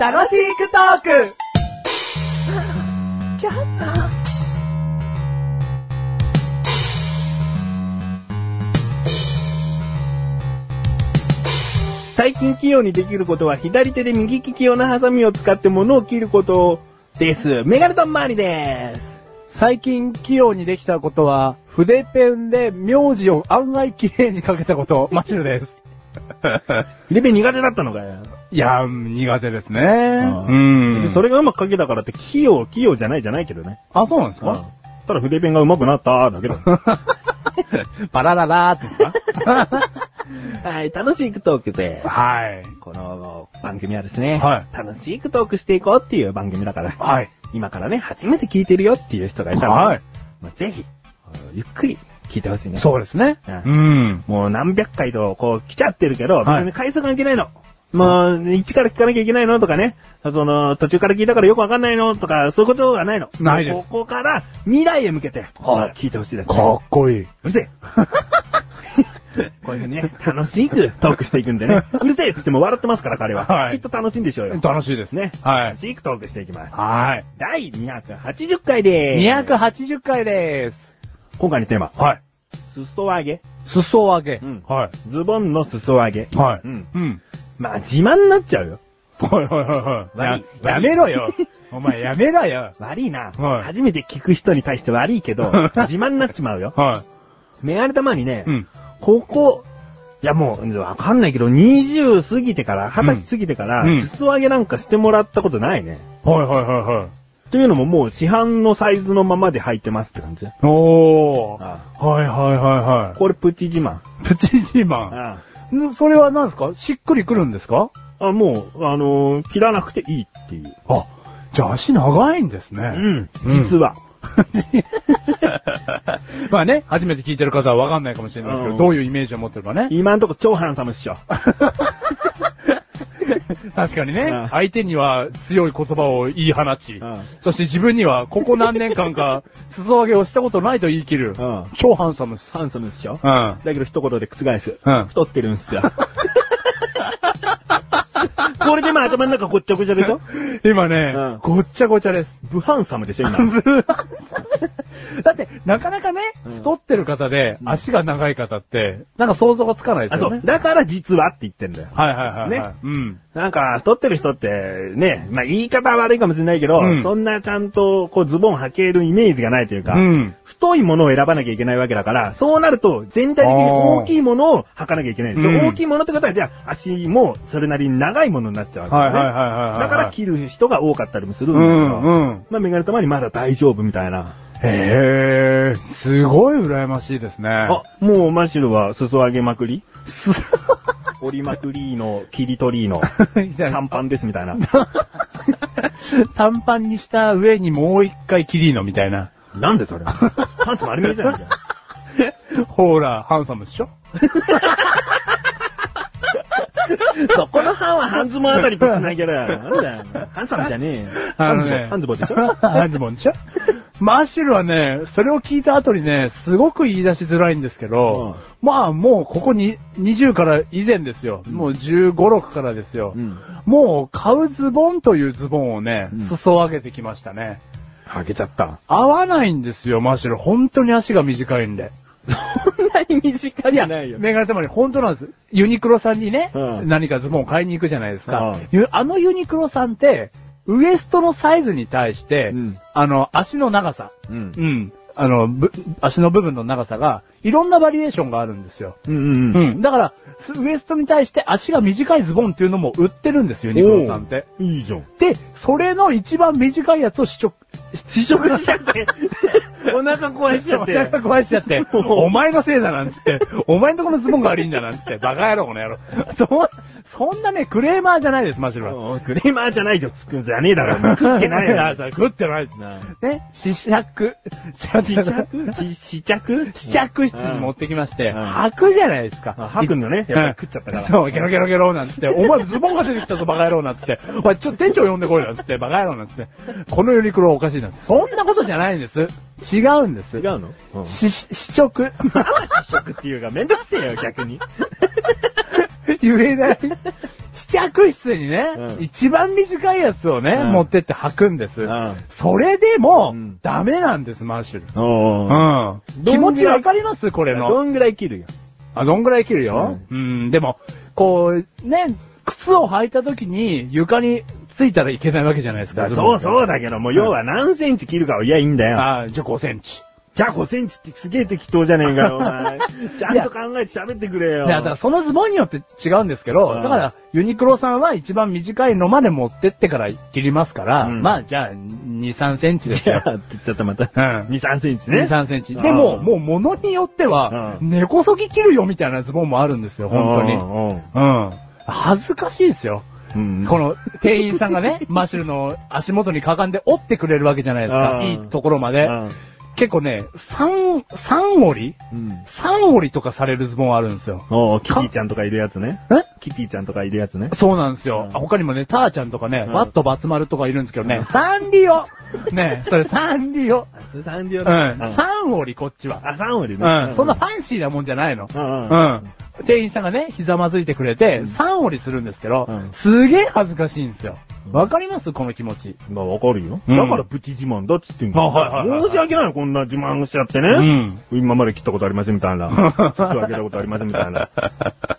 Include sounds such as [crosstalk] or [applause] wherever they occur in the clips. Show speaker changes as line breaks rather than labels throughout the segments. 楽しくトーク
最近器用にできることは左手で右利き用のハサミを使って物を切ることです。メガネタンマーニです。
最近器用にできたことは、筆ペンで名字を案外綺麗に書けたこと、マシュルです。
筆ペン苦手だったのかよ。
いやー、苦手ですね。
あー
うん。
それがうまく書けたからって器用、器用じゃないじゃないけどね。
あ、そうなんですか
ただ筆ペンがうまくなっただけだ。
バラララーってですか
[laughs] はい、楽しくトークで。
はい。
この番組はですね、
は
楽しくトークしていこうっていう番組だから、
はい。
今からね、初めて聞いてるよっていう人がいたら、
はい
まあぜひ、ゆっくり聞いてほしいね。
そうですね。
う
うん。
もう何百回とこう来ちゃってるけど、
はい
別に回数関係ないの。もう、一から聞かなきゃいけないのとかね。その、途中から聞いたからよくわかんないのとか、そういうことはないの。
ないです
ここから未来へ向けて、
はい
聞いてほしいです、ね。
かっこいい。
うるせえ。こういうふうにね、楽しくトークしていくんでね。うるせえっつっても笑ってますから、彼は。
はい
きっと楽しいんでしょうよ。
楽しいです
ね
ね。。はい
楽。しくトークしていきます。
はい。
第280回でーす。
280回です。
今回のテーマ、
はい。
裾上げ。
裾上げ
うん
は
ズボンの裾上げ
い。。はい。
うん。
うん。
まあ、自慢になっちゃうよ。
はいはいはいは
悪
い
い。
ややめろよ。お前やめろよ。
悪いな。
はい
初めて聞く人に対して悪いけど、自慢になっちまうよ。
[laughs] は
メガネたまにね、
い。うん。
ここ、いやもう、わかんないけど、20過ぎてから、20歳過ぎてから、
うん
裾上げなんかしてもらったことないね。
はいはいはいはい。
というのももう市販のサイズのままで履いてますって感じ。
おー。
あ
はいはいはいは
これプチ自慢。
い。プチ自慢。
あ
んそれは何ですかしっくりくるんですか
あもう、あのー切らなくていいっていう。
あ、じゃあ足長いんですね。
うん。実は。
[laughs] まあね、初めて聞いてる方はわかんないかもしれないですけ
うん
ど、どういうイメージを持ってるかね。
今んとこ超ハンサムっ
[laughs]
しょ。
確か
うん
にね、相手には強い言葉を言い放ち
うん、
そして自分にはここ何年間 [laughs] か裾上げをしたことないと言い切る
うん、
超ハンサムっす。
ハンサムっしょ。
うん。
だけど一言で覆す。
うん
太ってるんすよ。 [laughs] これでまあ頭の中ごっちゃごちゃでしょ
今
うん
ね、ごっちゃごちゃです。
ブハンサムでし
[laughs]
ょ今。
だって、なかなかね、
うん
太ってる方で、足が長い方って、なんか想像がつかないで
あ、
す
そ
よ
う
ね。。
だから実はって言ってんだよ。
はいはいはいはい。
ね
うん。
なんか、太ってる人って、ね、まあ言い方は悪いかもしれないけど、
うん
そんなちゃんと、こうズボン履けるイメージがないというか、
うん。
太いものを選ばなきゃいけないわけだから、そうなると全体的に大きいものを履かなきゃいけないんですよ。
うん
大きいものってことは、じゃあ足もそれなりに長いものになっちゃうわけ
はい
だ
はい
よ
は
ね。
いはいはい。
だから切る人が多かったりもするん
う
だけど、
んうん。
まあメガネたまにまだ大丈夫みたいな。
へえ、すごい羨ましいですね。
あ、もうマシュルは裾上げまくり [laughs] 折りまくりの、切り取り [laughs] の、
みたいな
短パンですみたいな。
[laughs] 短パンにした上にもう一回キリーノみたいな。
なんでそれパンツ丸見えじゃないか。
ほら、ハンサムっしょ
そこの半は半ズボンあたりぶつなげる。なんだよ。ハンサムじゃねえよ。
あ
半
の
ズボン、
ね
半ズボンでしょ
[laughs] ハンズボンでしょマッシュルはね、それを聞いた後にね、すごく言い出しづらいんですけど、まあもうここに20から以前ですよ。もう15、6からですよ。
ん。
もう買うズボンというズボンをね
うん、
裾上げてきましたね。
はげちゃった。
合わないんですよ、マッシュル。本当に足が短いんで。
そんなに短じゃないよ。
メガネたまに本当なんです。ユニクロさんにね、
うん
何かズボンを買いに行くじゃないです
う
か。
ん
ゆあのユニクロさんって、ウエストのサイズに対して、
うん
あの、足の長さ、
うん
う。ん。あの、ぶ足の部分の長さが、いろんなバリエーションがあるんですよ。
うんうん
う
うん
ん。だから、すウエストに対して足が短いズボンっていうのも売ってるんですよ、ユニクロさんって。。
いいじゃん。
で、それの一番短いやつを試食、
試食しちゃ [laughs] って。 [laughs] お腹壊しちゃっ
お腹
て。
壊しち
[laughs]
ゃって、お前のせいだなんつって、お前のとこのズボンが悪いんだなんつって、バカ野郎この野郎。 [laughs] そ、そんなね、クレーマーじゃないです、マジで。
うんクレーマーじゃないじゃん。つくんじゃねえだろ。もう食ってないよ。
朝 [laughs] 食ってないですね。
なあ
ね、試
[laughs]
着。
試着試 [laughs] 試着
試着室に持ってきまして、
うん
履くじゃないですか。
あ吐くんだね。やっぱり食っちゃったから。
そう、ゲロゲロゲロなんつって、お前ズボンが出てきたぞバカ野郎なんつって、お前ちょっと店長呼んでこいなんつって、バカ野郎なんつって、このユニクロはおかしいなんつって、そんなことじゃないんです。違うんです。
違うのうん
し、試食。 [laughs]
ママ試食っていうがめんどくせえよ、逆に。
言えない。試着室にね、
うん
一番短いやつをね、
うん
持ってって履くんです。
うん
それでも、
うん
ダメなんです、マッシュル。
[laughs] おー
う
どん
ん。
ぐらい
気持ちわかりますこれの。
どんぐらい切るよ。
あ、どんぐらい切るよ、うん、でも、こう、ね、靴を履いた時に床についたらいけないわけじゃないですか。ズボ
そ
ン
うそうだけど、もう要は何センチ切るかを言やいいんだよ。
あ、じゃあ5センチ。
じゃあ5センチってすげえ適当じゃねえかよ、お [laughs] 前。ちゃんと考えて喋ってくれよ。
いや、だからそのズボンによって違うんですけ
う
ど、
ん
だからユニクロさんは一番短いのまで持ってってから切りますから、
うん
まあじゃあ2、3センチです
じゃ
よ。
あって言っちゃったまた。
うん
2、3センチね。
2、3センチ。
うん
でも、もう物によっては、
う
根こそぎ切るよみたいなズボンもあるんですよ、本当に。
当
うん。恥ずかしいですよ。
に。うん。
この店員さんがね、
[laughs]
マシュルの足元にかがんで折ってくれるわけじゃないです
う
か。
ん
いいところまで。結構ね、3、3折り
うん。うん。
?3 折りとかされるズボンあるんですよ。
おーキティちゃんとかいるやつね。
え
キティちゃんとかいるやつね。
そうなんですよ。
うん
あ他にもね、ターちゃんとかね、
うん
ワットバツマルとかいるんですけど
う
ね
ん、
サンリオ
[laughs]
ね、それサンリオ。
それ3両
うん、
あ、
3折こっちは。
3折りね。
うん、そんなファンシーなもんじゃないの。
うん
う
うん
ん。店員さんがね、ひざまずいてくれて、3折するんですけど
うん、
すげえ恥ずかしいんですよ。わかりますこの気持ち。
まあわかるよ。
うん
だからプチ自慢だっつってんだよ
あはいはいはいはい
申し訳ないよ、こんな自慢しちゃってね。
うん
今まで切ったことありませんみたい
[laughs]
な。靴開けたことありませんみたいな。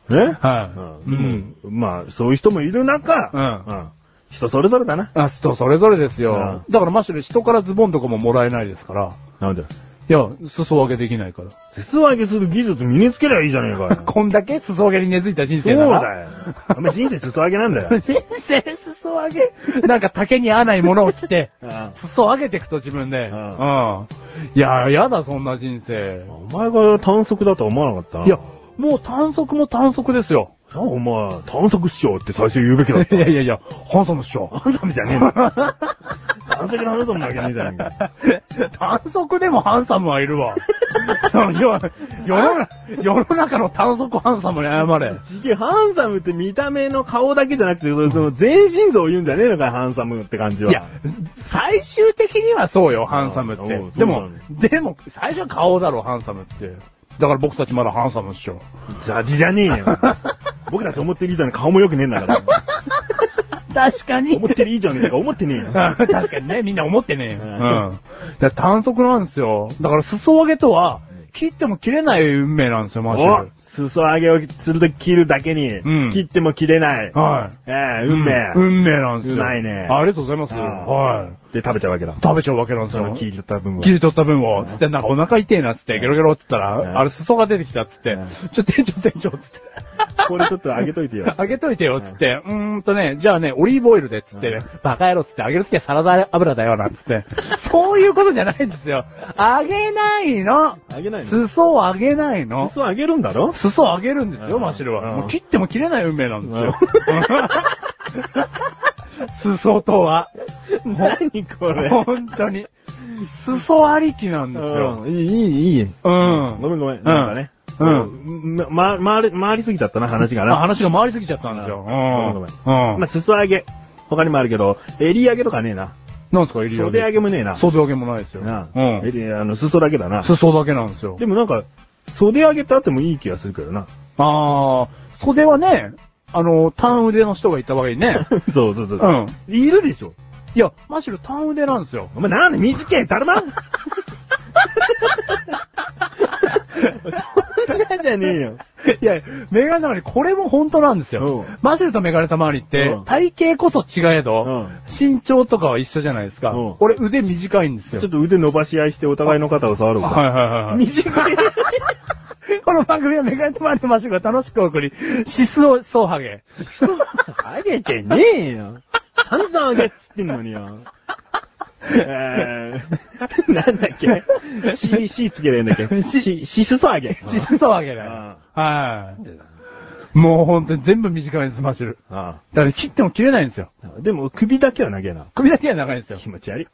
ね
はいう
うんん。まあ、そういう人もいる中、
うん
うん人それぞれだな。
あ、人それぞれですよ。
う
だからマッシュル人からズボンとかももらえないですから。
なんで。
いや、裾分けできないから。
靴を上げする技術身につけりゃいいじゃねえかよ
[laughs] 。こんだけ裾上げに根付いた人
そ
生
う
なら
だよ。お前人生裾上げなんだ
[laughs]
よ。
人生裾上げ。なんか竹に合わないものを着て、裾上げていくと自分で。う。
うん
いや、やだ、そんな人生。
お前が短足だとは思わなかったない
や、もう短足も短足ですよ。
なんかお前、短足っしょって最初言うべきだっ
[laughs] い
た。
やいやいや、ハンサムっしょ。
ハンサムじゃねえの。短足のハンサムなわけねえじゃねえか。
短足でもハンサムはいるわ。 [laughs] そう世世の中世の中の短足ハンサムに謝れ。
ちげえ、ハンサムって見た目の顔だけじゃなくて、その全身像を言うんじゃねえのかよ、ハンサムって感じは。
いや、最終的にはそうよ、ハンサムっ
うんうん
て。でも
そうな、
でも、最初は顔だろ、ハンサムって。だから僕たちまだハンサムっしょ。
ジャジじゃねえよ。
[laughs]
僕たち思ってる以上に顔も良くねえんだから。
確かに
思ってる以上にだから思ってねえよ。
確かにね、みんな思ってね。う
うんん。
だから短足なんですよ。だから裾上げとは、切っても切れない運命なんですよ、マジで。
お裾上げをするとき切るだけに、
うん
切っても切れない。
は
ええ
い。
運命、
うん運命なんですよ。
うまいね
ありがとうございます。
うん
はい。
で、食べちゃうわけだ。
食べちゃうわけなんです
その
よ。
切りた分は。
切り取った分を、つって、なんかお腹痛えな、つって、ゲロゲロっつった
うん
ら、あれ、裾が出てきた、つって
うん、
ちょ、店長、店長、つって。
これちょっと上げといてよ。
あげといてよ、つって。うーんとね、じゃあね、オリーブオイルで、つってね、バカ野郎、つって、あげるってサラダ油だよ、なんつって。そういうことじゃないんですよ。あげないの
上げないの
裾をあげないの
裾上げるんだろ
裾をあげるんですよ、
うん
マシルは。
うん
もう切っても切れない運命なんですよ。 [laughs] 裾とは。
[laughs] 何これ。
本当に。裾ありきなんですよ。
うんいい、いい、いい。
うん。
ごめんごめん。なんかね。
うん
ん。ま、回り、回りすぎちゃったな、話が
あ
な。
話が回りすぎちゃったんです
うん
よ。う
ごめん
ん。
ご
う
めん
ん。
ま、裾上げ。他にもあるけど、襟上げとかねえな。
なんですか、襟上
袖上
げ。
げもねえな。
袖上げもないですよ。
な
う。ん。
襟、あの、裾だけだな。
裾だけなんですよ
で。もなんか、袖上げってあってもいい気がするけどな。
あー、袖はね、あの、単腕の人がいた場合 [laughs] ね。
[laughs] そうそうそうう。
ん。
いるでしょ。
いや、マシル単腕なんですよ。 [laughs]
お前なんで短いだるま [laughs] そんなんじゃねえよ。
いや、メガネの中にこれも本当なんですよ。
うん
マシルとメガネたまわりって、
うん
体型こそ違え
う
ど、
ん
身長とかは一緒じゃないですか
うん。
俺腕短いんですよ
ちょ。っと腕伸ばし合いしてお互いの肩を触ろうか。
はいはいはいはい。
短い。
この番組はメガネとマリマシュが楽しくお送り、シスをそうハゲ。
あげてねえよ。散々あげっつってんのによ。えー、なんだっけ [laughs] ?C、C つけれんだっけ ?C、シスソあげ。
シスそうハゲだよ。はい。もう本当に全部短いんです、マシュル。
あ
だから切っても切れないんですよ。
あでも首だけは長えな。
首だけは長いんですよ。
気持ち悪い。